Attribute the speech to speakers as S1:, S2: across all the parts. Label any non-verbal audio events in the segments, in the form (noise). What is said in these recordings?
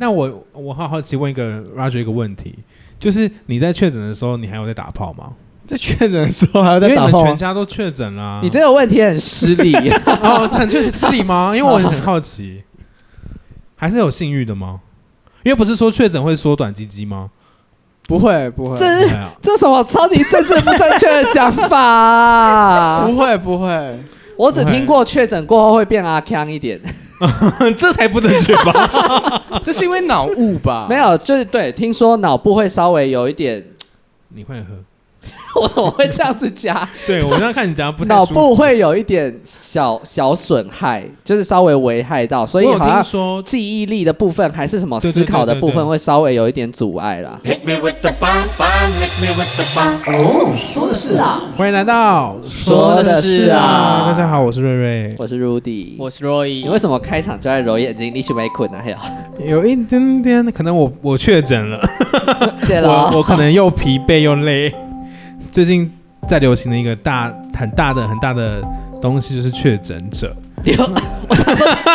S1: 那我我好好奇问一个 Roger 一个问题，就是你在确诊的时候，你还有在打炮吗？
S2: 在确诊的时候还要
S1: 因为
S2: 再
S1: 你
S2: 打
S1: 们
S2: 炮
S1: 全
S2: 吗？
S1: 家都确诊
S3: 啊
S1: 啦。
S2: 你这个问题很失
S3: (laughs)
S2: 礼。
S1: 哦，这很确实失礼吗？因为我很好奇，还是有性欲的吗？因为不是说确诊会缩短鸡鸡 (laughs) 吗？
S2: 不会不会，
S1: 对
S2: 这
S1: 啊
S2: 这什么超级政治不正确的讲
S1: (laughs)
S2: 法啊、不会不会，我只听过确诊过后会变阿康一点，
S1: 这才不正确吧？
S3: 这是因为脑雾吧？
S1: 啊
S2: (laughs) 没有，就是对，听说脑部会稍微有一点，
S1: (laughs)
S2: (laughs)
S1: 你会喝？
S2: 我怎么会这样子讲？
S1: 对我刚刚看你讲得不太
S2: 脑
S1: 舒服
S2: 部会有一点小小损害，就是稍微危害到，所以
S1: 我有
S2: 好
S1: 听
S2: 像
S1: 说
S2: 记忆力的部分还是什么
S1: 对
S2: 思
S1: 对
S2: 考的
S1: 对对
S2: 部
S1: 对
S2: 分会稍微有一点阻碍啦。
S4: Hit me with the bomb bomb, hit me with the bomb.
S2: 说的是啊，
S1: 欢迎来到
S2: 说的是啊
S1: 大家好，我是瑞瑞。
S2: 我是 Rudy，
S3: 我是
S2: 你
S3: Roy，
S2: 为什么开场就在揉眼睛？你是没困啊？还有，
S1: 有一点点，可能我我确诊了，
S2: 谢谢喽
S1: 我。我可能又疲惫又累。最近在流行的一个大很大的很大的东西就是确诊
S2: (laughs)
S1: 者，
S3: (laughs)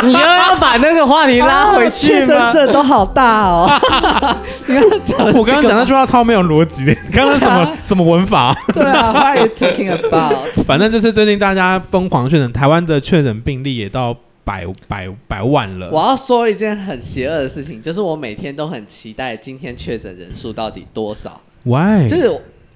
S3: 你又要把那个话题拉回去
S2: 啊确诊
S3: 吗？
S2: 者都好大哦。 (laughs) 你刚刚讲的这个，
S1: 我刚刚讲那句话超没有逻辑的，刚刚什
S2: (laughs)
S1: 么什么文法？
S2: 对啊，What are you talking about？
S1: (laughs) 反正就是最近大家疯狂确诊，台湾的确诊病例也到百百百万了。
S2: 我要说一件很邪恶的事情，就是我每天都很期待今天确诊人数到底多少，
S1: Why？
S2: 就是。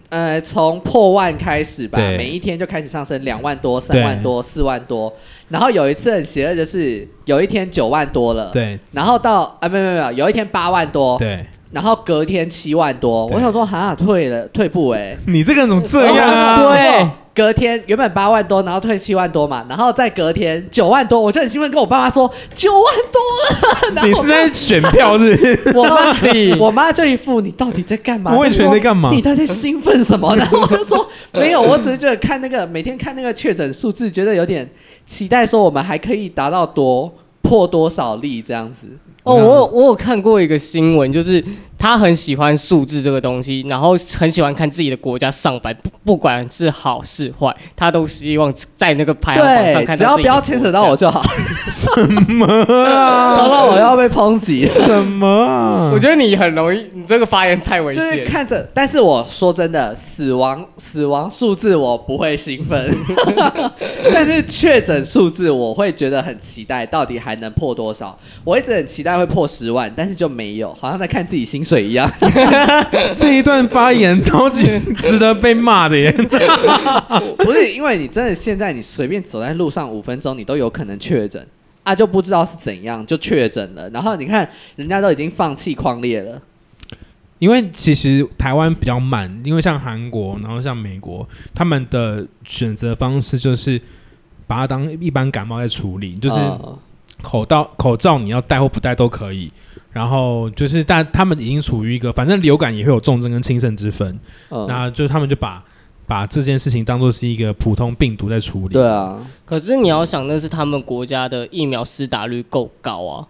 S2: 呃，从破万开始吧，
S1: 对
S2: 每一天就开始上升，两万多、三
S1: 对
S2: 万多、四万多，然后有一次很邪恶，就是有一天九万多了，，
S1: 对
S2: 然后到啊，没有没有没有，有一天八万多，
S1: 对，
S2: 然后隔天七万多，
S1: 对
S2: 我想说哈退了退步哎、欸，哦
S1: 你这个人怎么这样啊？
S2: 对，隔天原本八万多，然后退七万多嘛，然后再隔天九万多，我就很兴奋跟我爸妈说九万多了，然
S1: 你
S2: 后
S1: 是在选票是不是？
S2: 我
S1: (laughs)
S2: 妈我妈就一副你到底在干嘛？
S1: 我也觉得在干嘛
S2: 你到底在兴奋什么？然 (laughs) 后我就说没有，我只是觉得看那个每天看那个确诊数字，觉得有点期待，说我们还可以达到多破多少例这样子。
S3: 哦，我有我有看过一个新闻，就是他很喜欢数字这个东西，然后很喜欢看自己的国家上榜，不不管是好是坏，他都希望在那个排行榜上
S2: 对，
S3: 看
S2: 只
S3: 到
S2: 要不
S3: 自己的
S2: 要
S3: 国
S2: 牵扯到
S3: 家
S2: 我。就好。 (laughs) 糟糕，我要被抨击。
S1: 什么啊？
S3: 我觉得你很容易，你这个发言太危
S2: 嗯就
S3: 险。
S2: 是看着，但是我说真的，死亡死亡数字我不会兴
S1: (laughs)
S2: 奋，但是确诊数字我会觉得很期待，到底还能破多少？我一直很期待会破十万，但是就没有，好像在看自己薪水
S1: (laughs)
S2: 一样。
S1: 这一段发言超级值得被骂的耶！
S2: 不是因为你真的现在你随便走在路上五分钟，你都有可能确诊啊，就不知道是怎样就确诊了。然后你看人家都已经放弃框列了，
S1: 因为其实台湾比较慢，因为像韩国，然后像美国，他们的选择方式就是把它当一般感冒在处理，就是
S2: 呃
S1: 口罩口罩你要戴或不戴都可以。然后就是但他们已经处于一个，反正流感也会有重症跟轻症之分，
S2: 嗯
S1: 那就是他们就把把这件事情当做是一个普通病毒在处理。
S2: 对，啊，
S3: 可是你要想，那是他们国家的疫苗施打率够高啊，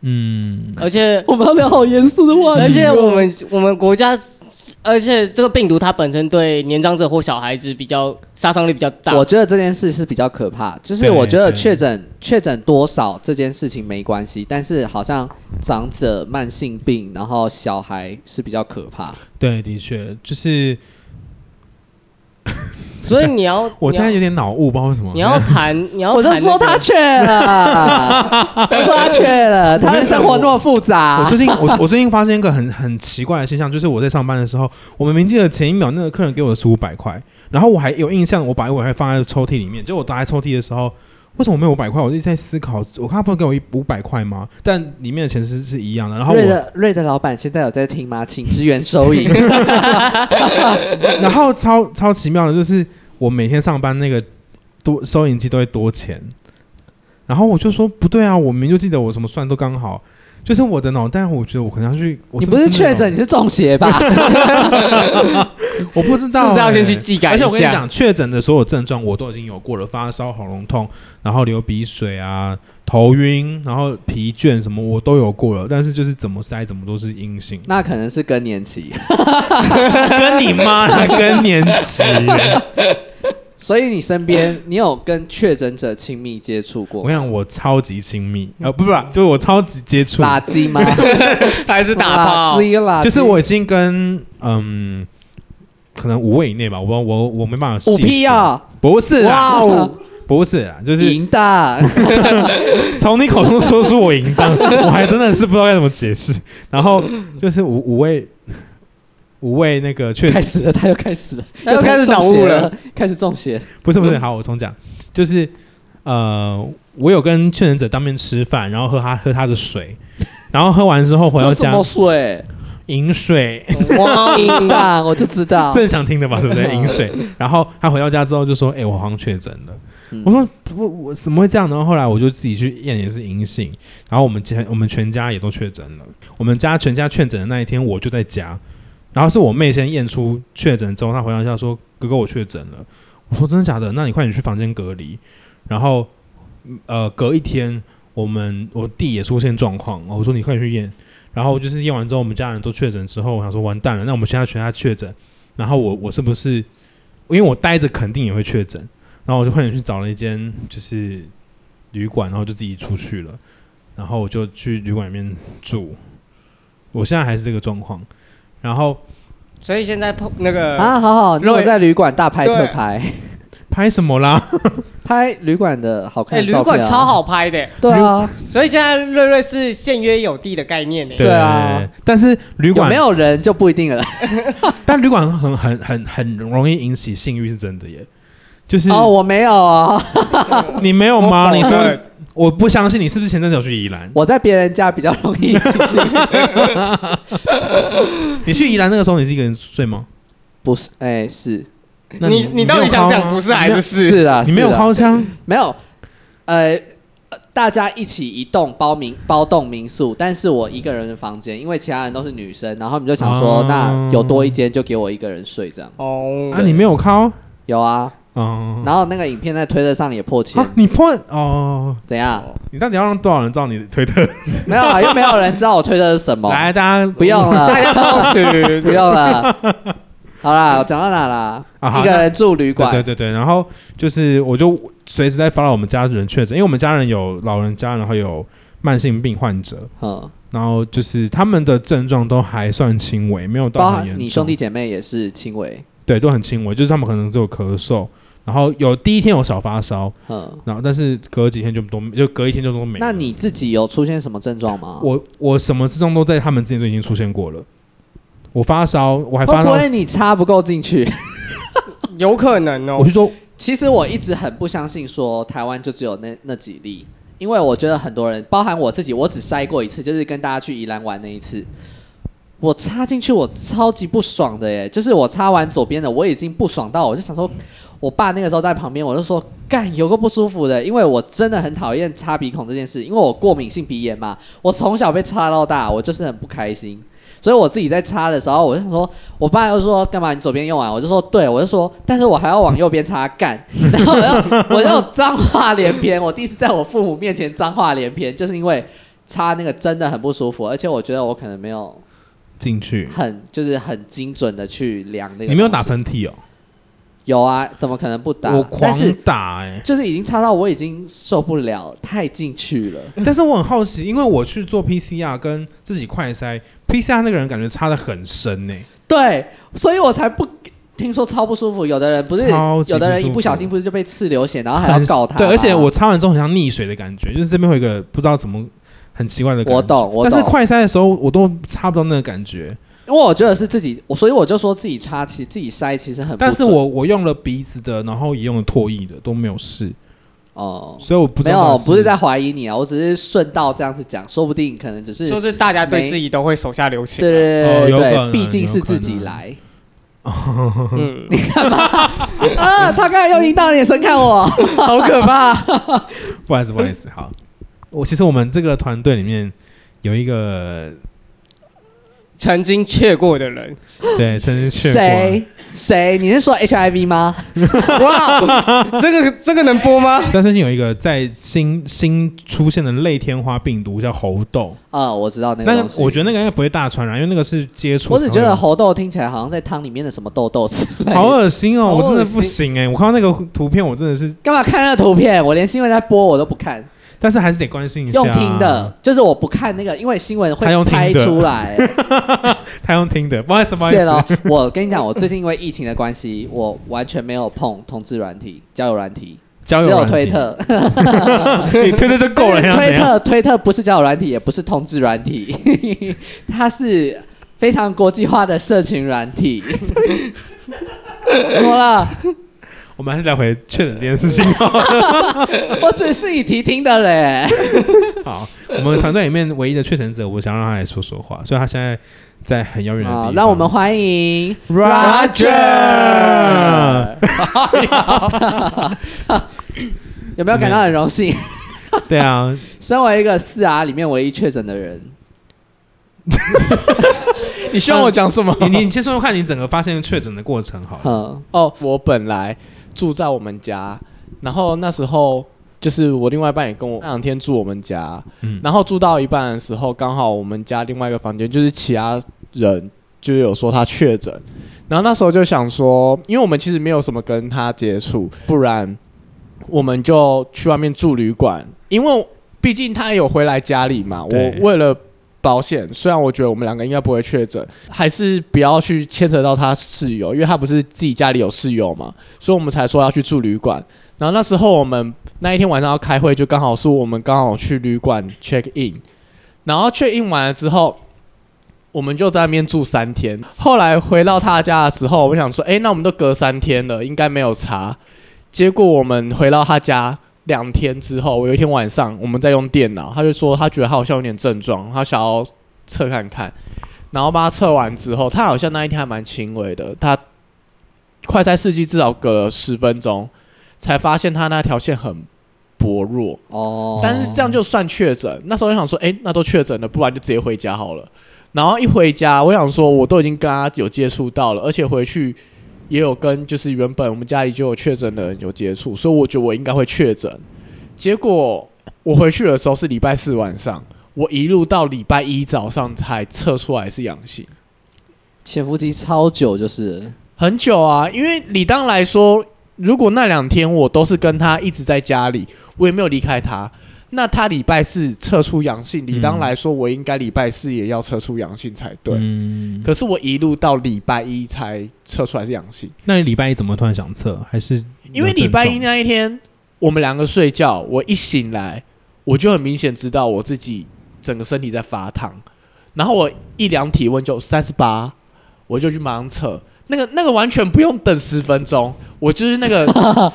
S1: 嗯，
S3: 而且
S2: 我们要聊好严肃的话
S3: 而且我们我们国家，而且这个病毒它本身对年长者或小孩子比较杀伤力比较大。
S2: 我觉得这件事是比较可怕，就是
S1: 对
S2: 我觉得
S1: 对
S2: 确诊确诊多少这件事情没关系，但是好像长者、慢性病，然后小孩是比较可怕。
S1: 对，的确就是
S3: 所以你 (laughs) 要，
S1: 我现在
S3: 你
S1: 有
S3: 要
S1: 点脑雾，不知道为什么。
S3: 你要谈，你要
S2: 我都
S3: 谈那
S2: 说
S3: 个
S2: 他
S3: (laughs)
S2: 缺了，我说他缺了，他的生活那么复
S5: 啊
S1: 我
S2: 杂
S1: 最。近我我最近发现一个很很奇怪的现象，就是我在上班的时候，我明明记得前一秒那个客人给我的是五百块，然后我还有印象，我把五百块放在抽屉里面，结果我打开抽屉的时候，为什么没有五百块？我就一直在思考，我看他不是给我一五百块吗？但里面的钱是是一样的，然后
S2: 瑞
S1: 我
S2: 的瑞的老板现在有在听吗？请支援收银。
S1: (laughs) 然后超超奇妙的就是我每天上班那个多收银机都会多钱，然后我就说不对啊，我明明就记得我什么算都刚好。就是我的脑袋，我觉得我可能要去。我
S2: 你不是
S1: 真的
S2: 确
S1: 有
S2: 诊，你是中邪吧？，
S1: 我不知
S3: 是
S1: 道、
S3: 不是要先去
S1: 欸
S3: 技改
S1: 而且我
S3: 一
S1: 跟你
S3: 下？
S1: 讲，确诊的所有症状我都已经有过了，发烧、喉咙痛，然后流鼻水啊、头晕，然后疲倦什么我都有过了，但是就是怎么塞怎么都是阴性
S2: (laughs) 那可能是更年期。
S1: 跟你妈的更年期。
S2: 所以你身边，你有跟确诊者亲密接触过
S1: 我
S2: 吗？
S1: 跟你讲，我超级亲密，呃，不不不，就是我超级接触，
S2: 垃
S1: (laughs)
S2: 圾吗？
S3: 还是打
S2: 垃
S3: 炮？
S2: 圾啦，
S1: 就是我已经跟嗯，可能五位以内吧，我我我没办法细数，
S2: 五 P 啊，
S1: 不是啦，
S2: 哇哦，
S1: 不是啦，就是
S2: 赢
S1: (laughs)
S2: 的，
S1: 从你口中说出我淫荡，我还真的是不知道该怎么解释。然后就是五五位五位那个确
S2: 开始了，他又开始了，
S3: 他又开始脑
S2: 中
S3: 雾
S2: 邪 (laughs)
S3: 了。，
S2: 开始中邪，
S1: 不是不是，好，我重讲，就是呃，我有跟确诊者当面吃饭，然后喝他喝他的水，然后喝完之后回到
S2: 喝 (laughs) 什
S1: 家
S2: 么水？
S1: 饮水，
S2: 哇，赢的， (laughs) 我就知道，
S1: 正想听的吧，对不
S2: (laughs)
S1: 对？饮水，然后他回到家之后就说：“哎、我好像确诊了。
S2: 嗯
S1: 我说：“我我怎么会这样？”然后后来我就自己去验，也是阴性。然后我们全我们全家也都确诊了。我们家全家确诊的那一天，我就在家。然后是我妹先验出确诊之后，她回到家说：“哥哥，我确诊了。”我说：“真的假的？那你快点去房间隔离。”然后呃，隔一天，我们我弟也出现状况，我说：“你快点去验。”然后就是验完之后，我们家人都确诊之后，我想说完蛋了，那我们现在全家确诊，然后我我是不是因为我待着肯定也会确诊，然后我就快点去找了一间就是旅馆，然后就自己出去了，然后我就去旅馆里面住，我现在还是这个状况，然后
S3: 所以现在碰那个
S2: 啊，好好，你
S3: 肉
S2: 有
S3: 也
S2: 在旅馆大拍特
S3: 对
S2: 拍，
S1: 拍什么
S3: (laughs)
S1: 啦？
S2: 拍旅馆的好看
S3: 哎，
S2: 的
S3: 旅
S2: 照片啊
S3: 馆超，好拍的，
S2: 对啊，
S3: 所以现在瑞瑞是现约有地的概念呢。
S2: 对啊，
S1: 但是旅
S2: 有
S1: 馆
S2: 没，有人就不一定了。
S1: 但旅馆很很很很容易引起性欲，是真的耶。就是
S2: 哦，我没有啊，
S1: 你没有
S3: 我
S1: 吗？
S3: 保
S1: 你说
S3: 证
S1: 我不相信你是不是前阵子有去宜兰？
S2: 我在别人家比较容易进行。
S1: 你去宜兰那个时候你是一个人睡吗？
S2: 不是，哎，是
S1: 那
S3: 你
S1: 你
S3: 你到底想讲不
S1: 是？
S3: 是还是啊是？
S2: 是啦，
S1: 你没有
S2: 是啦
S1: 掏枪？
S2: 没有，呃，大家一起一栋包民包栋民宿，但是我一个人的房间，因为其他人都是女生，然后你就想说，
S1: 哦
S2: 那有多一间就给我一个人睡这样。
S3: 哦
S1: 啊，，你没有靠
S2: 有啊，
S1: 哦。
S2: 然后那个影片在推特上也破千，
S1: 啊，你破哦，
S2: 怎样？
S1: 你到底要让多少人知道你的推特？
S2: 没有啊，又没有人知道我推特是什么。
S1: 来，大家
S2: 不用了，
S3: 大家搜寻
S2: 不用了。好啦，我讲到哪啦？
S1: 啊好
S2: 一个人住旅
S1: 对
S2: 馆，
S1: 对对对，然后就是我就随时在发到我们家人确诊，因为我们家人有老人家，然后有慢性病患者，
S2: 嗯，
S1: 然后就是他们的症状都还算轻微，没有
S2: 包
S1: 到很严
S2: 含
S1: 重。
S2: 哦你兄弟姐妹也是轻微，
S1: 对都很轻微，就是他们可能只有咳嗽，然后有第一天有小发烧，
S2: 嗯，
S1: 然后但是隔几天就都就隔一天就都没了。
S2: 那你自己有出现什么症状吗？
S1: 我我什么症状都在他们之前就已经出现过了。我发烧，我还
S2: 会
S1: 发
S2: 不
S1: 烧，
S2: 会你插不够进去？
S3: 有可能
S1: 我
S3: 哦
S1: 就。说
S2: 其实我一直很不相信说台湾就只有那那几例，因为我觉得很多人，包含我自己，我只筛过一次，就是跟大家去宜兰玩那一次。我插进去，我超级不爽的耶！就是我插完左边的，我已经不爽到，我就想说，我爸那个时候在旁边，我就说，干有个不舒服的，因为我真的很讨厌插鼻孔这件事，因为我过敏性鼻炎嘛，我从小被插到大，我就是很不开心。所以我自己在插的时候，我就想说，我爸又说干嘛？你左边用完，我就说对，我就说，但是我还要往右边插
S1: (laughs)
S2: 干，然后我就我就脏话连篇。我第一次在我父母面前脏话连篇，就是因为插那个真的很不舒服，而且我觉得我可能没有
S1: 进去，
S2: 很就是很精准的去量那个。
S1: 你没有打？喷嚏哦，
S2: 有啊，怎么可能不打？
S1: 我
S2: 但
S1: 狂
S2: 是
S1: 打哎、
S2: 就是已经插到我已经受不了，太进去了。
S1: 但是我很好奇，因为我去做 PCR 跟自己快筛，PCR 那个人感觉插的很深欸呢、
S2: 对，所以我才不听说超不舒服。有的人不是，
S1: 超级
S2: 有的人
S1: 不
S2: 一
S1: 舒服
S2: 不小心不是就被刺流血，然啊后还要
S1: 很
S2: 告他吗。
S1: 对，而且我插完之后很像溺水的感觉，就是这边会有一个不知道怎么很奇怪的感觉。
S2: 我懂，我
S1: 但
S2: 懂
S1: 是。快筛的时候我都插不到那个感觉，
S2: 因为我觉得是自己，我所以我就说自己插其自己塞其实很不准，
S1: 但是我我用了鼻子的，然后也用了唾液的都没有事，
S2: 哦、
S1: 所以我不知
S2: 没
S1: 道
S2: 有
S1: 到底
S2: 不是在怀疑你啊，我只是顺道这样子讲，说不定可能只是
S3: 就是大家对自己都会手下留情
S2: 对
S3: 啊，
S2: 对
S1: 哦
S2: 对
S1: 有
S2: 对
S1: 可能
S2: 对，毕竟是自
S1: 有
S2: 己
S1: 可能
S2: 来 (laughs)
S3: 嗯，
S2: 啊。他刚才用淫荡的眼神看我，
S1: (laughs)
S2: 好可怕。
S1: 不好意思，不好意思，好，我其实我们这个团队里面有一个
S3: 曾经确过的 (laughs) 人，
S2: (laughs)
S1: 对，曾经劝过啊，
S2: 谁谁？你是说 HIV 吗？
S3: 哇，这个这个能播吗？
S1: 但最近有一个在新新出现的类天花病毒叫猴痘，
S2: 啊、我知道那个
S1: 但
S2: 东西。
S1: 我觉得那个应该不会大传染，因为那个是接触才
S2: 我
S1: 会有。
S2: 只觉得猴豆听起来好像在汤里面的什么豆豆之类的。
S1: 好恶心哦，
S3: 好恶
S1: 我
S3: 心
S1: 真的不行哎、我看到那个图片我真的是，
S2: 干嘛看那个图片？我连新闻在播我都不看，
S1: 但是还是得关心一下、
S2: 用听的，，就是我不看那个，因为新闻
S1: 他用
S2: 会
S1: 听的
S2: 拍出
S1: (laughs)
S2: 来。
S1: 他用听的，不好意思，不好意
S2: 谢喽
S1: 思，，
S2: 我跟你讲，我最近因为疫情的关系，我完全没有碰同志软体、交友软体，
S1: 交友
S2: 只有
S1: 软体
S2: 推，特。
S1: (laughs) 你推特就够
S2: (laughs)
S1: 了，你要怎
S2: 推
S1: 样
S2: 特推特不是交友软体，也不是同志软体， (laughs) 它是非常国际化的社群软体。 (laughs) 怎么了？
S1: 我们还是来回确诊这件事情哦。
S2: 我只是你提听的嘞。
S1: (laughs) 好，我们团队里面唯一的确诊者，我想让他来说说话，所以他现在在很遥远的地
S2: 啊
S1: 方。，
S2: 让我们欢迎
S1: Roger。
S2: 有没有感到很荣幸？
S1: (laughs) 对啊，
S2: 身为一个四 R 里面唯一确诊的人，
S5: 你希望我讲什么？
S1: 你你先说说看你整个发现确诊的过程好了。
S2: (laughs) 嗯，
S5: 哦，我本来住在我们家，然后那时候就是我另外一半也跟我那两天住我们家，
S1: 嗯
S5: 然后住到一半的时候，刚好我们家另外一个房间就是其他人就有说他确诊，然后那时候就想说，因为我们其实没有什么跟他接触，不然我们就去外面住旅馆，因为毕竟他也有回来家里嘛，
S1: 对
S5: 我为了。保险，虽然我觉得我们两个应该不会确诊，还是不要去牵扯到他室友，因为他不是自己家里有室友嘛，所以我们才说要去住旅馆。然后那时候我们那一天晚上要开会，就刚好是我们刚好去旅馆 check in，然后 check in 完了之后，我们就在那边住三天。后来回到他家的时候，我想说，诶，那我们都隔三天了，应该没有查。结果我们回到他家两天之后，我有一天晚上我们在用电脑，他就说他觉得他好像有点症状，他想要测看看。然后帮他测完之后，他好像那一天还蛮轻微的，他快筛试剂至少隔了十分钟，才发现他那条线很薄弱。
S2: 哦
S5: 但是这样就算确诊。那时候我想说，诶，那都确诊了，不然就直接回家好了。然后一回家，我想说，我都已经跟他有接触到了，而且回去也有跟就是原本我们家里就有确诊的人有接触，所以我觉得我应该会确诊。结果我回去的时候是礼拜四晚上，我一路到礼拜一早上才测出来是阳性。
S2: 潜伏期超久，就是
S5: 很久啊，因为理当来说，如果那两天我都是跟他一直在家里，我也没有离开他，那他礼拜四测出阳性，理当来说，我应该礼拜四也要测出阳性才对。
S1: 嗯，
S5: 可是我一路到礼拜一才测出来是阳性，
S1: 那你礼拜一怎么突然想测？还是
S5: 因为礼拜一
S1: 有症
S5: 那一天我们两个睡觉，我一醒来我就很明显知道我自己整个身体在发烫，然后我一量体温就三十八，我就去马上测。那个那个完全不用等十分钟，我就是
S2: (laughs)
S5: 那个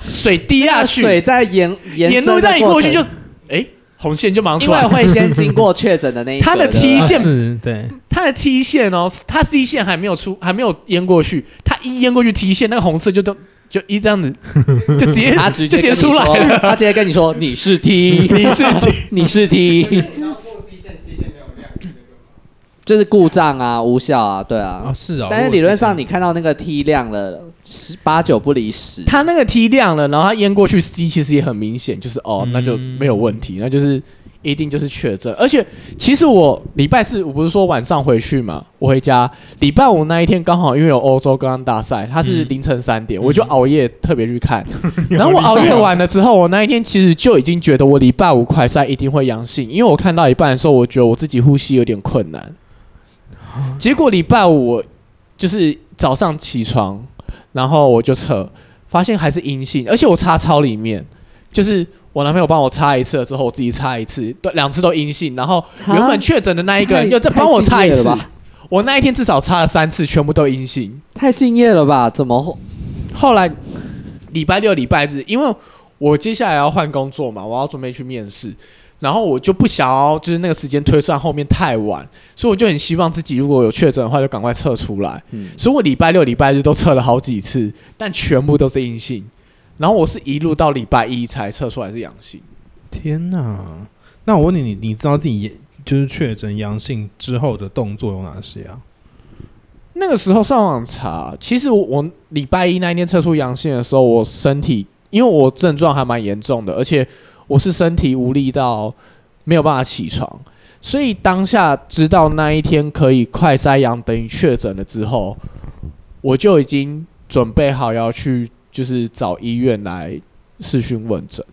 S5: 水滴下去，
S2: 水在沿
S5: 沿
S2: 沿
S5: 路
S2: 在
S5: 在一过去就，哎，红线就马上
S2: 因
S5: 出
S2: 为
S5: 来。
S2: 会先经过确诊的那一
S5: 它的
S2: 格
S5: T
S1: 状
S5: 线
S1: 啊是对，
S5: 它的 T 线哦，它 C 线还没有出，还没有淹过去，它一淹过去 T 线，那个红色就都就一这样
S2: (laughs)
S5: 子，就直接
S2: 他
S5: 就
S2: 直
S5: 直接
S2: 接跟你
S5: 出来
S2: 说 (laughs)
S5: 了。
S2: 他直接跟你说你是 T，
S5: (laughs) 你是
S2: 你是 T，就是故障啊、无效啊，对啊。
S1: 哦是哦，
S2: 但是理论上
S1: 你
S2: 你看到那个 T 量了，十八九不离十。
S5: 他那个 T 亮了，然后他淹过去 C，其实也很明显，就是哦
S1: 嗯，
S5: 那就没有问题，那就是一定就是确诊。而且其实我礼拜四我不是说晚上回去嘛，我回家礼拜五那一天刚好因为有欧洲刚刚大赛，它是
S1: 嗯
S5: 凌晨三点，我就熬夜特别
S1: (laughs)
S5: 去看。然后我熬夜完了之后，我那一天其实就已经觉得我礼拜五快赛一定会阳性，因为我看到一半的时候，我觉得我自己呼吸有点困
S1: (laughs)
S5: 难。结果礼拜五我就是早上起床，然后我就测，发现还是阴性，而且我插超里面，就是我男朋友帮我插一次了之后，我自己插一次，对，两次都阴性，然后
S2: 哈
S5: 原本确诊的那一个人
S2: 太
S5: 又再帮我插一
S2: 太
S5: 次
S2: 激烈了吧，
S5: 我那一天至少插了三次，全部都阴性。
S2: 太敬业了吧？怎么会？
S5: 后来礼拜六、礼拜日，因为我接下来要换工作嘛，我要准备去面试，然后我就不想要就是那个时间推算后面太晚，所以我就很希望自己如果有确诊的话，就赶快测出来。
S2: 嗯
S5: 所以我礼拜六、礼拜日都测了好几次，但全部都是阴性。然后我是一路到礼拜一才测出来是阳性。
S1: 天哪，那我问你，你你知道自己也就是确诊阳性之后的动作有哪些啊？
S5: 那个时候上网查，其实我我礼拜一那一天测出阳性的时候，我身体因为我症状还蛮严重的，而且我是身体无力到没有办法起床，所以当下知道那一天可以快筛阳等于确诊了之后，我就已经准备好要去就是找医院来视讯问诊。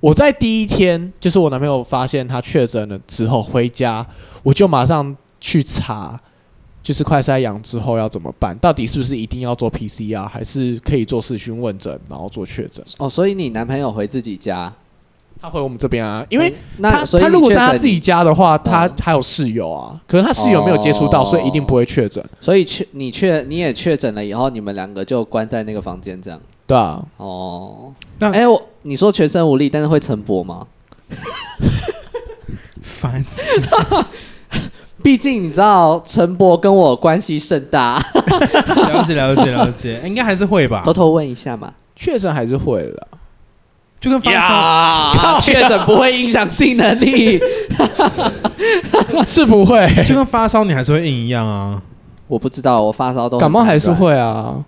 S5: 我在第一天，就是我男朋友发现他确诊了之后回家，我就马上去查就是快筛阳之后要怎么办？到底是不是一定要做 PCR，还是可以做视讯问诊，然后做确诊？
S2: 哦，所以你男朋友回自己家，
S5: 他回我们这边啊，因为
S2: 嗯
S5: 他、
S2: 那所以
S5: 他
S2: 你
S5: 如果
S2: 确
S5: 在他
S2: 诊
S5: 自己，家的话，他
S2: 嗯
S5: 还有室友啊，可能他室友没有接触到，
S2: 哦
S5: 所以一定不会确诊，
S2: 所以确你确你也确诊了以后，你们两个就关在那个房间这样。
S5: 对啊。
S2: 哦，
S1: 那
S2: 哎、我你说全身无力，但是会晨勃吗？
S1: 烦死！
S2: 毕竟你知道陈勃跟我关系甚大，
S1: 了解了解了
S2: (laughs)
S1: 解，应该还是会
S5: 啊
S1: 吧
S2: 偷，偷问一下嘛。
S5: 确诊还是会 (laughs) 的，
S1: 就跟发烧。
S5: 啊
S2: 呀，确诊不会影响性能
S5: (laughs)
S2: 力，
S5: 是不会， (laughs)
S1: 就跟发烧你还是会硬一样啊，
S2: 我不知道，我发烧都很
S5: 感冒还是
S2: 难转。
S5: 会啊。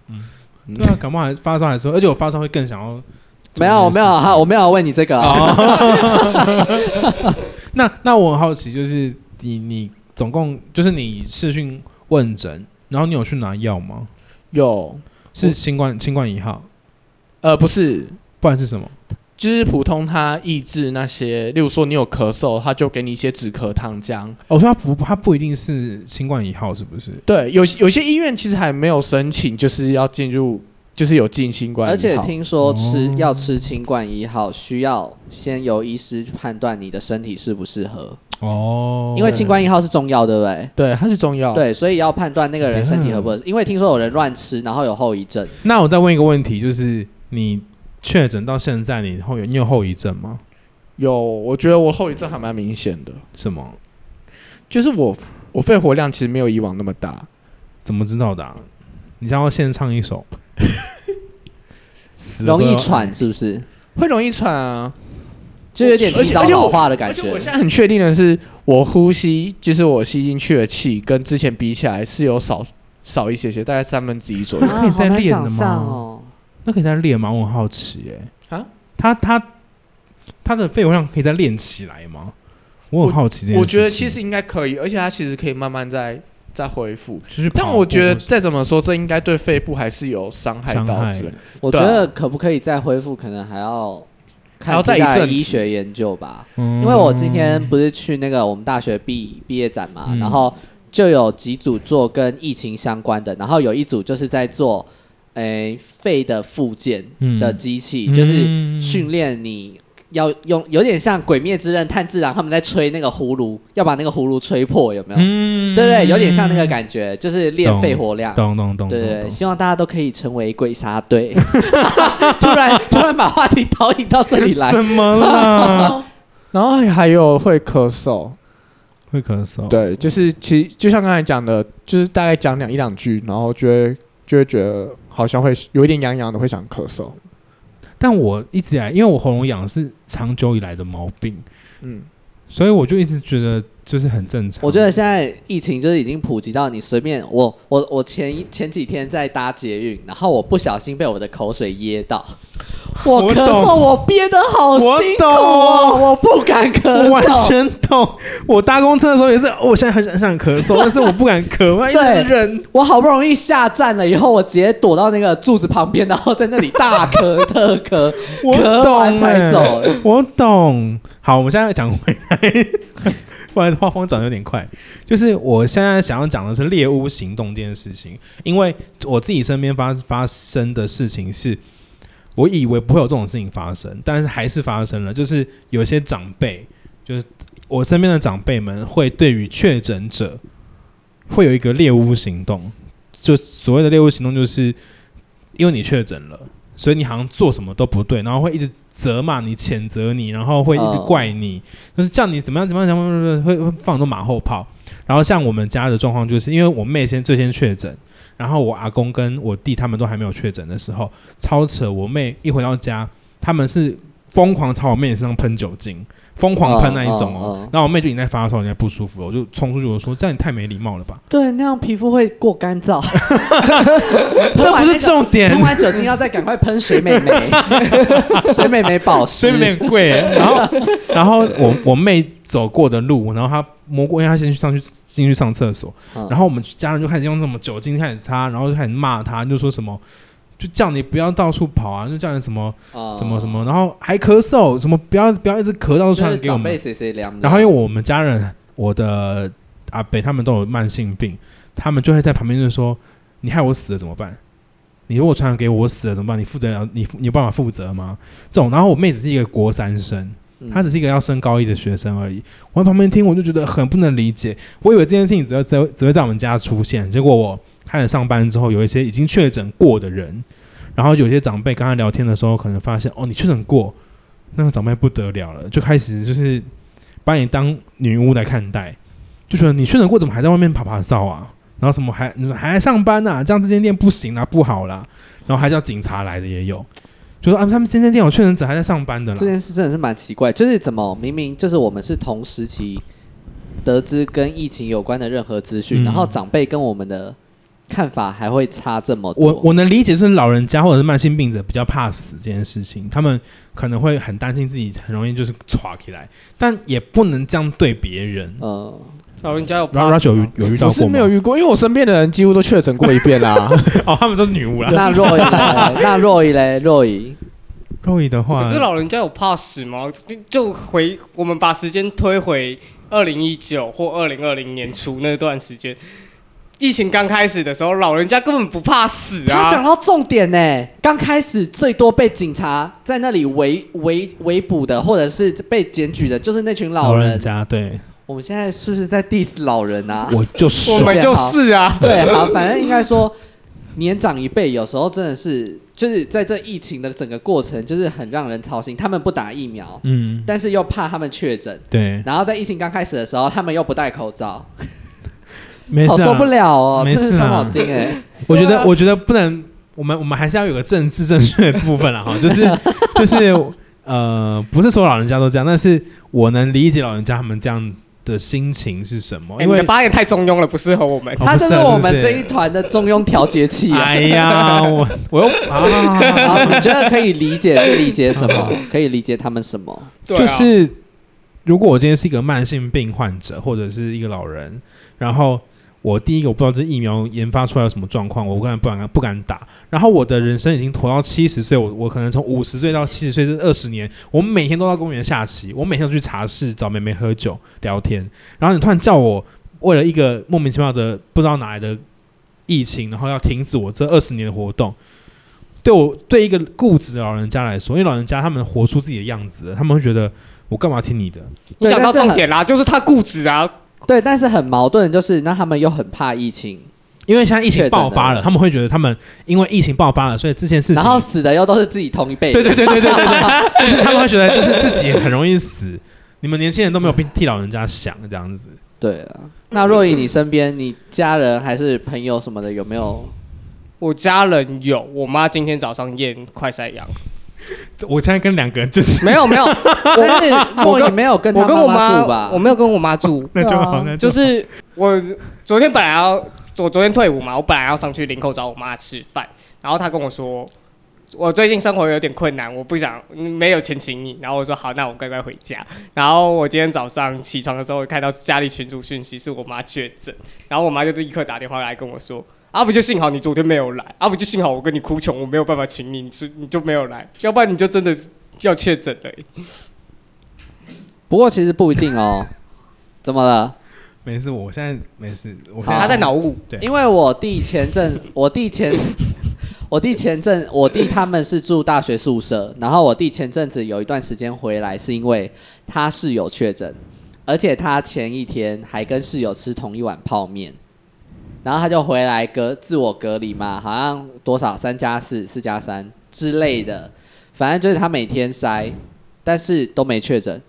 S1: 对啊，感冒还发烧还是会，而且我发烧会更想要。
S2: 没有没有哈，我没有问你这个、啊
S5: 哦
S1: 那那我很好奇，就是你你总共就是你视讯问诊，然后你有去拿药吗？
S5: 有，
S1: 是新冠新冠一号，
S5: 呃，不是，
S1: 不然是什么？
S5: 就是普通他抑制那些，例如说你有咳嗽，他就给你一些止咳糖浆。
S1: 哦我说它不，它不一定是新冠一号，是不是？
S5: 对，有有些医院其实还没有申请，就是要进入，就是有进新冠一号，
S2: (laughs) 而且听说吃、
S1: 哦
S2: 要吃清冠一号，需要先由医师判断你的身体适不适合，
S1: 哦
S2: 因为清冠一号是中药，对不对？
S5: 对，它是中药。，
S2: 对，所以要判断那个人身体合不合
S5: 嗯
S2: 适，因为听说有人乱吃，然后有后遗症。
S1: 那我再问一个问题，就是你确诊到现在，你后有你有后遗症吗？
S5: 有，我觉得我后遗症还蛮明显的，
S1: 什么？
S5: 就是我我肺活量其实没有以往那么大。
S1: 怎么知道的啊、你想要先唱一首，死了
S2: 容
S1: 都
S2: 易
S1: 要，
S2: 喘是不是？
S5: 会容易喘啊，
S2: 就有点提早
S5: 而且我
S2: 老化的
S5: 而
S2: 感
S5: 且
S2: 觉
S5: 我。现在很确定的是，我呼吸就是我吸进去的气跟之前比起来是有少少一些些，大概三分之
S1: (laughs)
S5: 一左右
S1: 啊。可以再
S2: 好难
S1: 练的
S2: 想
S1: 吗
S2: 象哦，
S1: 那可以再练吗？我很好奇耶、
S5: 啊
S1: 他他他的肺活量可以再练起来吗？我很好奇这件事情
S5: 我觉得其实应该可以，而且它其实可以慢慢再再恢复。
S1: 就是跑步或是，
S5: 但我觉
S1: 哦
S5: 得再怎么说，这应该对肺部还是有伤害
S1: 伤
S5: 到
S1: 害
S5: 之类的。
S2: 我觉
S5: 对啊
S2: 得可不可以再恢复，可能还要
S5: 还
S2: 看
S5: 要再
S2: 接
S5: 一
S2: 下来
S5: 阵子
S2: 医学研究吧。
S1: 嗯
S2: 因为我今天不是去那个我们大学毕毕业展嘛，
S1: 嗯
S2: 然后就有几组做跟疫情相关的，然后有一组就是在做诶肺的附件
S5: 嗯
S2: 的机器，就是
S1: 嗯
S2: 训练你。要用有点像《鬼灭之刃》炭治郎他们在吹那个葫芦，要把那个葫芦吹破，有没有？
S1: 嗯
S2: 啊对不对，有点像那个感觉，就是练
S1: 懂
S2: 肺活量。
S1: 懂懂懂，
S2: 对
S1: 懂
S2: 对，
S1: 懂
S2: 希望大家都可以成为鬼杀队。 (laughs) 突然 (laughs) 突然把话题导引到这里来，
S1: 什么
S2: (laughs)
S1: 啦？
S5: 然后还有会咳
S1: 哦
S5: 嗽，
S1: 会咳嗽，
S5: 对，就是其实就像刚才讲的，就是大概讲两一两句，然后就会就会觉得好像会有一点痒痒的，会想咳嗽。
S1: 但我一直以来，因为我喉咙痒是长久以来的毛病，
S5: 嗯，
S1: 所以我就一直觉得就是很正常。
S2: 我觉得现在疫情就是已经普及到你随便我我我前一前几天在搭捷运，然后我不小心被我的口水噎到，我
S1: 我
S2: 咳
S1: 懂
S2: 嗽我憋得好辛苦哦，我不敢咳
S1: 我完
S2: 嗽。
S1: 全懂。我搭公车的时候也是，哦我现在很想很想咳嗽，但是我不敢咳，我一直
S2: 对
S1: 忍。
S2: 我好不容易下站了以后，我直接躲到那个柱子旁边，然后在那里大咳特咳，
S1: 我
S2: 咳完
S1: 懂
S2: 才
S1: 哎
S2: 走。
S1: 我懂。好，我们现在讲回来， (laughs) 不然画风转得有点快。就是我现在想要讲的是猎巫行动这件事情，因为我自己身边发发生的事情是，我以为不会有这种事情发生，但是还是发生了。就是有些长辈，就是我身边的长辈们会对于确诊者会有一个猎巫行动，就所谓的猎巫行动，就是因为你确诊了。所以你好像做什么都不对，然后会一直责骂你、谴责你，然后会一直
S2: 嗯
S1: 怪你，就是叫你怎么样、怎么样、怎么样，会会放很多马后炮。然后像我们家的状况，就是因为我妹先最先确诊，然后我阿公跟我弟他们都还没有确诊的时候，超扯！我妹一回到家，他们是疯狂朝我妹身上喷酒精，疯狂喷那一种哦。
S2: 嗯嗯嗯
S1: 然后我妹就已经在发烧，已经在不舒服了，我就冲出去我说：“这样你太没礼貌了
S2: (laughs)
S1: 吧
S2: 对，那样皮肤会过干 (laughs) 燥。？”
S1: 这不是重
S2: (laughs)
S1: 点
S2: 喷，完酒精要再赶快喷水美眉， (laughs) 水美眉保湿，
S1: 所以有点贵。然后，然后我我妹走过的路，然后她摸过，因为她先去上去进去上厕所，
S2: 嗯
S1: 然后我们家人就开始用什么酒精开始擦，然后就开始骂她，就说什么。就叫你不要到处跑啊！就叫你什么
S2: 哦
S1: 什么什么，然后还咳嗽，什么不要不要一直咳到处
S2: 就
S1: 传
S2: 是
S1: 染给我
S2: 长
S1: 们
S2: 辈。谁谁凉的。
S1: 然后因为我们家人，我的阿北他们都有慢性病，他们就会在旁边就说：“你害我死了怎么办？你如果传染给我，我死了怎么办？你负责了？你负你有办法负责吗？”这种，然后我妹只是一个国三生，
S2: 嗯
S1: 她只是一个要升高一的学生而已。我在旁边听，我就觉得很不能理解。我以为这件事情只会在只会在我们家出现，结果我开始上班之后，有一些已经确诊过的人，然后有些长辈跟他聊天的时候，可能发现哦，你确诊过，那个长辈不得了了，就开始就是把你当女巫来看待，就觉得你确诊过怎么还在外面爬爬照啊？然后什么还你们还来上班呐、这样这间店不行啦、啊不好啦。然后还叫警察来的也有，就说啊，他们这间店有确诊者还在上班的啦
S2: 这。件事真的是蛮奇怪，就是怎么明明就是我们是同时期得知跟疫情有关的任何资讯，
S1: 嗯
S2: 然后长辈跟我们的看法还会差这么多。
S1: 我我能理解是老人家或者是慢性病者比较怕死这件事情，他们可能会很担心自己很容易就是垮起来，但也不能这样对别人。
S2: 呃，
S3: 老人家有
S1: 然后 Rush 有遇有遇到
S5: 我是
S1: 过
S5: 没
S1: 吗？
S5: 有遇过，因为我身边的人几乎都确诊过一遍啊啦。
S1: (laughs) 哦，他们都是女巫啦。
S2: 那若
S1: (laughs)
S2: 雨嘞，那若雨嘞，若雨，
S1: 肉姨的话
S3: 可，是老人家有怕死吗？就就回我们把时间推回二零一九或二零二零年初那段时间，疫情刚开始的时候，老人家根本不怕死
S2: 他讲
S3: 啊。
S2: 到重点呢，刚开始最多被警察在那里围围围捕的，或者是被检举的，就是那群老
S1: 老
S2: 人。
S1: 人家对，
S2: 我们现在是不是在 diss 老人啊？
S1: 我就说
S3: 我们就是啊，
S1: (laughs)
S2: 对，好，反正应该说，年长一辈有时候真的是，就是在这疫情的整个过程，就是很让人操心。他们不打疫苗，
S1: 嗯，
S2: 但是又怕他们确诊，
S1: 对，
S2: 然后在疫情刚开始的时候，他们又不戴口罩，
S1: 没事、
S2: 好
S1: 啊，
S2: 受不了哦，
S1: 没
S2: 真
S1: 事啊
S2: 是伤脑筋哎、
S1: 我觉得，我觉得不能，我们我们还是要有个政治正确的部分
S3: (laughs)
S1: 了哈，就是就是呃，不是所有老人家都这样，但是我能理解老人家他们这样的心情是什
S2: 哦
S1: 么，
S3: 哎
S1: 因
S3: 你
S1: 为
S3: 的发言太中庸了，不适合我们。
S1: 哦
S2: 他就是我们
S1: 不是
S2: 这一团的中庸调节器、
S1: (laughs)
S2: 啊。
S1: 哎呀，我我又啊，
S2: 好，你觉得可以理解可以理解
S1: (laughs)
S2: 什么？可以理解他们什么？
S3: 对啊
S1: 就是如果我今天是一个慢性病患者或者是一个老人，然后我第一个我不知道这疫苗研发出来有什么状况，我根本不敢不敢打。然后我的人生已经活到七十岁，我我可能从五十岁到七十岁这二十年，我每天都到公园下棋，我每天都去茶室找妹妹喝酒聊天。然后你突然叫我为了一个莫名其妙的不知道哪来的疫情，然后要停止我这二十年的活动。对我对一个固执的老人家来说，因为老人家他们活出自己的样子了，他们会觉得我干嘛听你的？
S3: 你讲到
S2: 对但是很
S3: 重点啦，就是他固执啊，
S2: 对，但是很矛盾的就是，那他们又很怕疫情，
S1: 因为现在疫
S2: 确
S1: 情
S2: 诊
S1: 爆发
S2: 了
S1: 了，他们会觉得他们因为疫情爆发了，所以这件事情，
S2: 然后死的又都是自己同一辈的。
S1: 对对对对对对对，就是他们会觉得就是自己很容易死。你们年轻人都没有替老人家想这样子，
S2: 对啊，那若以你身边，你家人还是朋友什么的，有没有？
S3: 我家人有，我妈今天早上验快筛阳，
S1: 这我现在跟两个人就是，
S3: 没有没有，
S2: 但是
S3: 我
S2: 若
S3: 跟
S2: 以没有跟他
S3: 我跟我
S2: 妈住吧
S3: 我？没有跟我妈住
S1: 那就
S2: 对
S1: 好，
S2: 啊
S1: 那
S3: 就
S1: 好
S3: 是我昨天本来要，我昨天退伍嘛，我本来要上去林口找我妈吃饭，然后她跟我说，我最近生活有点困难，我不想嗯没有钱请你，然后我说好，那我乖乖回家。然后我今天早上起床的时候，看到家里群主讯息是我妈确诊，然后我妈就立刻打电话来跟我说。啊不就幸好你昨天没有来，啊不就幸好我跟你哭穷，我没有办法请你，你就你就没有来，要不然你就真的要确诊了欸、
S2: 不过其实不一定哦。怎么了？
S1: 没事，我现在没事，我
S2: 好啊
S3: 他在脑雾，
S1: 对
S2: 因为我弟前阵，我弟前，我弟前阵，我弟他们是住大学宿舍，然后我弟前阵子有一段时间回来，是因为他室友确诊，而且他前一天还跟室友吃同一碗泡面，然后他就回来隔自我隔离嘛，好像多少三加四、四加三之类的，反正就是他每天筛，但是都没确诊。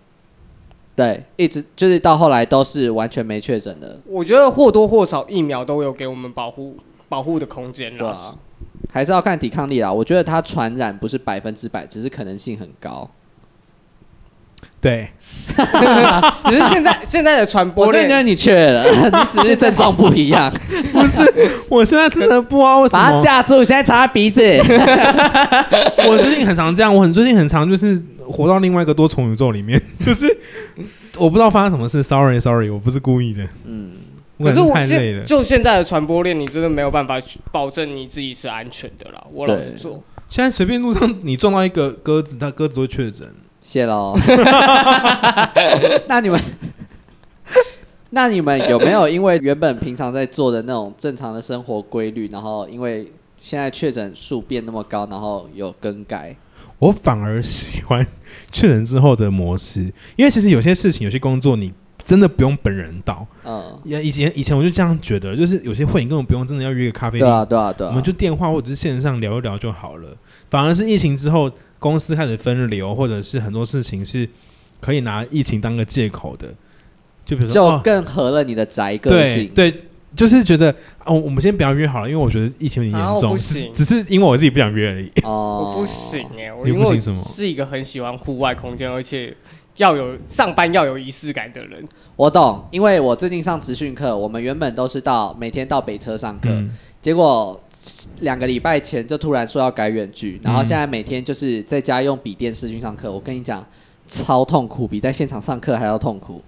S2: 对，一直就是到后来都是完全没确诊的，
S3: 我觉得或多或少疫苗都有给我们保护保护的空间
S2: 对
S3: 啦。
S2: 啊，还是要看抵抗力啦。我觉得它传染不是百分之百，只是可能性很高。
S1: 对，
S3: 只是现在 (laughs) 现在的传播
S2: 我真
S3: 链
S2: 的觉得你缺了， (laughs) 你只是症状不一
S3: (laughs)
S2: 样。
S1: 不是，我现在真的不知道为什
S2: 把它
S1: 么。
S2: 架住，现在插鼻
S3: (laughs)
S2: 子。
S1: (laughs) 我最近很常这样，我很最近很常就是活到另外一个多重宇宙里面， (laughs) 就是我不知道发生什么事，sorry sorry，我不是故意的，
S2: 嗯，
S1: 我
S3: 可
S1: 感
S3: 是
S1: 觉
S3: 我
S1: 太累了
S3: 现。就现在的传播链，你真的没有办法去保证你自己是安全的啦。我老实
S2: 对
S3: 说，
S1: 现在随便路上你撞到一个鸽子，它鸽子会确诊。
S2: 谢
S3: (laughs)
S2: 喽。那你们，那你们有没有因为原本平常在做的那种正常的生活规律，然后因为现在确诊数变那么高，然后有更改？
S1: 我反而喜欢确诊之后的模式，因为其实有些事情、有些工作你真的不用本人到。
S2: 嗯，
S1: 也以前以前我就这样觉得，就是有些会你根本不用真的要约个咖啡
S2: 对
S1: 厅
S2: 啊，对啊，对啊。
S1: 我们就电话或者是线上聊一聊就好了。反而是疫情之后，公司开始分流，或者是很多事情是可以拿疫情当个借口的，就比如说
S2: 就
S1: 哦，
S2: 更合了你的宅个
S1: 对
S2: 性。
S1: 对，就是觉得哦，我们先不要约好了，因为我觉得疫情有点
S3: 啊
S1: 严
S3: 我
S1: 重，
S3: 不
S1: 只是
S3: 行
S1: 只是因为我自己不想约而已。
S2: 哦
S3: 我不行哎、我
S1: 你
S3: 因
S1: 不
S3: 为我
S1: 行什么
S3: 是一个很喜欢户外空间，而且要有上班要有仪式感的人。
S2: 我懂，因为我最近上职训课，我们原本都是到每天到北车上课，
S1: 嗯，
S2: 结果两个礼拜前就突然说要改远距，然后
S1: 嗯
S2: 现在每天就是在家用笔电视讯上课。我跟你讲，超痛苦，比在现场上课还要痛苦，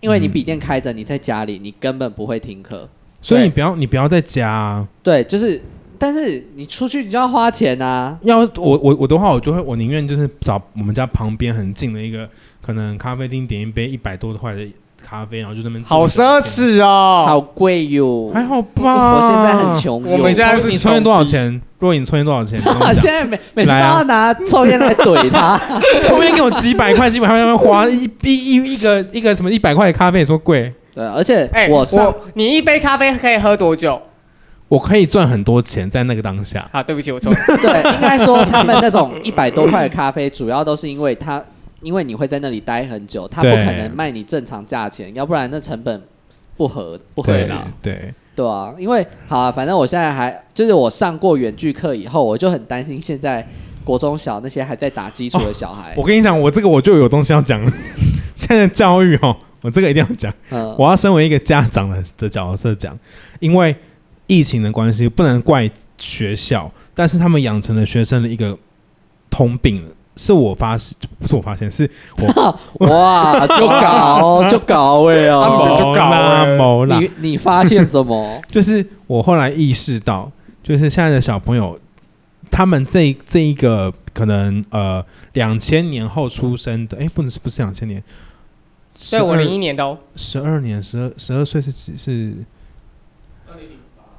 S2: 因为你
S1: 嗯
S2: 笔电开着，你在家里，你根本不会听课。
S1: 所以
S3: 对
S1: 你不要你不要在家、啊，
S2: 对，就是，但是你出去你就要花钱啊。
S1: 要我我我的话，我就会我宁愿就是找我们家旁边很近的一个可能咖啡厅点一杯一百多块的咖啡，然后就在那边坐
S3: 好
S1: 着聊
S3: 奢
S1: 天，
S3: 侈哦！哎
S2: 好贵哟！
S1: 还好吧？
S2: 我现在很穷哟，
S3: 我们现在是
S1: 你抽烟多少钱？若隐抽烟多少
S3: (laughs)
S1: 钱？你跟我
S2: (laughs) 现
S1: 讲
S2: 在每每次都
S1: 来啊
S2: 要拿抽烟来怼他。
S1: (laughs) 抽烟给我几百块，几百块要花一一一一个一个什么一百块的咖啡，你说贵？
S2: 对，而且
S3: 哎、
S2: 我
S3: 我
S2: 上
S3: 你一杯咖啡可以喝多久？
S1: 我可以赚很多钱在那个当下。
S3: 啊，对不
S1: (laughs)
S3: 起，我错。
S2: (laughs) 对，应该说他们那种一百多块的咖啡，主要都是因为他，因为你会在那里待很久，他不
S1: 对
S2: 可能卖你正常价钱，要不然那成本不合不合
S1: 对
S2: 理，
S1: 对，
S2: 对啊，因为好、啊，反正我现在还就是我上过远距课以后，我就很担心现在国中小那些还在打基础的小
S3: 哎
S2: 孩，
S1: 我跟你讲，我这个我就有东西要讲了。 (laughs) 现在教育哦，我这个一定要讲。
S3: 哦
S2: 嗯，
S1: 我要身为一个家长的的角色讲，因为疫情的关系，不能怪学校，但是他们养成了学生的一个通病了。是我发现，不是我发现，是
S2: 哇，就搞就搞哎、
S1: (laughs)
S3: 他们
S2: 哦，
S3: 就搞
S1: 啦
S3: 欸
S1: 某啦，
S2: 你你发现什么？
S1: 就是我后来意识到，就是现在的小朋友，他们这这一个可能呃两千年后出生的，哎，不能是不是两千年，
S3: 对我零
S1: 零
S3: 一年的哦，
S1: 十二年十二十二岁是几是？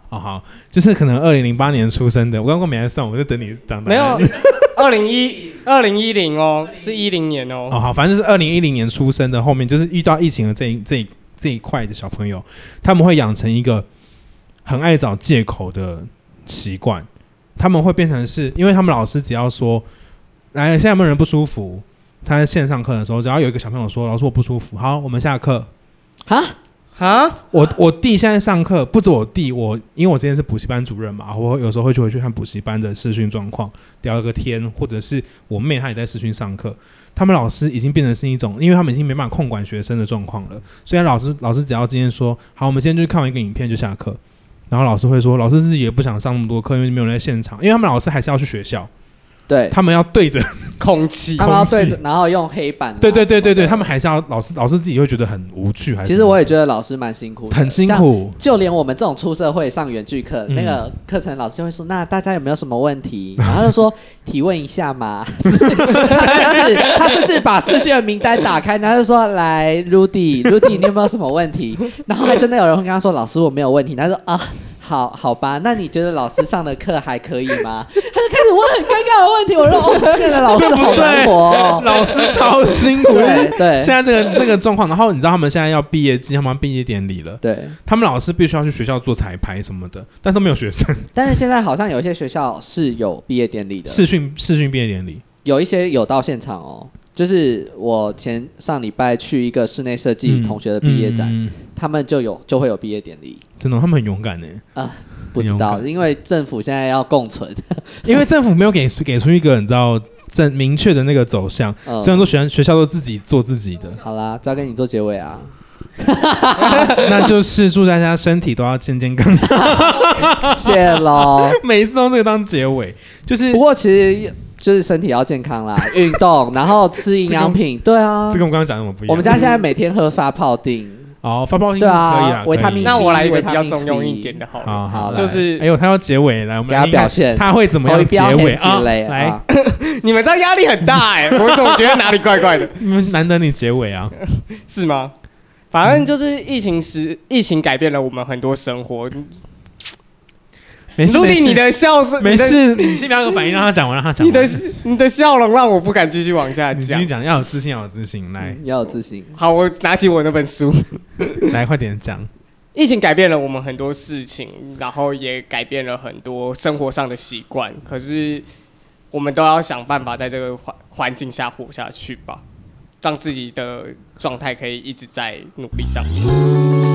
S1: 哦，好，就是可能二零零八年出生的，我刚刚 (laughs) 没来算，我在等你长大。
S3: 没有，二零一二零一零哦，是一零年哦。
S1: 哦，好，反正就是二零一零年出生的，后面就是遇到疫情的这一这一这一块的小朋友，他们会养成一个很爱找借口的习惯，他们会变成是因为他们老师只要说，来，现在有没有人不舒服？他在线上课的时候，只要有一个小朋友说：“老师，我不舒服。”好，我们下课。
S2: 啊，
S3: 啊，
S1: 我我弟现在上课，不止我弟，我因为我之前是补习班主任嘛，我有时候会去回去看补习班的视讯状况，聊一个天，或者是我妹她也在视讯上课，他们老师已经变成是一种，因为他们已经没办法控管学生的状况了，所以老师老师只要今天说好，我们今天就看完一个影片就下课，然后老师会说，老师自己也不想上那么多课，因为没有人在现场，因为他们老师还是要去学校，
S2: 对，
S1: 他们要对着
S3: 空气
S2: 他们要对
S1: 空
S2: 着，然后用黑板啊什么的，
S1: 对对对对对，他们还是要老师老师自己会觉得很无趣，还是
S2: 其实我也觉得老师蛮辛苦的，
S1: 很辛
S2: 像
S1: 苦，
S2: 就连我们这种出社会上远距课，
S1: 嗯，
S2: 那个课程老师就会说：“那大家有没有什么问题？”然后就说：“提问一下嘛。”他甚至他甚至把试卷的名单打开，然后就说：“来，Rudy，Rudy，你有没有什么问题？”然后还真的有人会跟他说：“老师，我没有问题。”他说：“啊。”好好吧，那你觉得老师上的课还可以吗？他就开始问很尴尬的问题，我说哦，现在老师好难活、哦
S1: 老师超辛苦，
S2: 对对
S1: 现在这个这个状况，然后你知道他们现在要毕业季，他们要毕业典礼了，
S2: 对。
S1: 他们老师必须要去学校做彩排什么的，但都没有学生。
S2: 但是现在好像有一些学校是 (laughs) 有毕业典礼的，
S1: 视讯视讯毕业典礼，
S2: 有一些有到现场哦。就是我前上礼拜去一个室内设计
S1: 嗯
S2: 同学的毕业展，
S1: 嗯嗯
S2: 他们就有就会有毕业典礼，
S1: 真的他们很勇敢呢，欸
S2: 不知
S1: 很
S2: 道
S1: 勇
S2: 因为政府现在要共存，
S1: 因为政府没有给给出一个你知道正明确的那个走向。
S2: 嗯
S1: 虽然说学校学校都自己做自己的，
S2: (laughs)
S1: (laughs)
S2: 好啦，交给你做结尾啊。
S1: 那就是祝大家身体都要健健康康。
S2: 谢
S1: (laughs)
S2: 喽。
S1: 每一次用这个当结尾，就是
S2: 不过其实就是身体要健
S1: (laughs)
S2: 康啦，运动，然后吃营养品。对啊
S1: 这，跟我刚刚讲的我不一样。
S2: 我们家现在每天喝发泡定。
S1: 哦，发泡应
S2: 对
S1: 该
S2: 啊
S1: 可以啊，
S2: 维他
S1: 可以
S2: 命
S3: 嗯那我来一个比较中庸一点的好了。
S1: 好好，
S2: 好
S1: 来
S3: 就是
S1: 哎呦，他要结尾来，我们
S2: 给他
S1: 来听看
S2: 表现
S1: 他会怎么样结尾啊？来
S2: 来，，
S3: 你们这样压力很大
S1: (laughs)
S3: 哎、我总觉得哪里怪怪的，
S1: 你们嗯难得你结尾啊，
S3: 是吗？反正就是疫情
S1: 嗯
S3: 时，疫情改变了我们很多生活。
S1: 没事，
S3: 朱
S1: 没
S3: 迪，
S1: 事
S3: 你的笑是
S1: 没，事，你先不要有反应，让他讲完，让他讲完。
S3: 你的你的笑容让我不敢继续往下
S1: 你继续
S3: 讲。
S1: 讲，要有自信，要有自信，来
S2: 嗯 (laughs) 要有自信。
S3: 好，我拿起我那本书。
S1: 来，快点讲。
S3: 疫情改变了我们很多事情，然后也改变了很多生活上的习惯。可是我们都要想办法在这个环环境下活下去吧，让自己的状态可以一直在努力上面。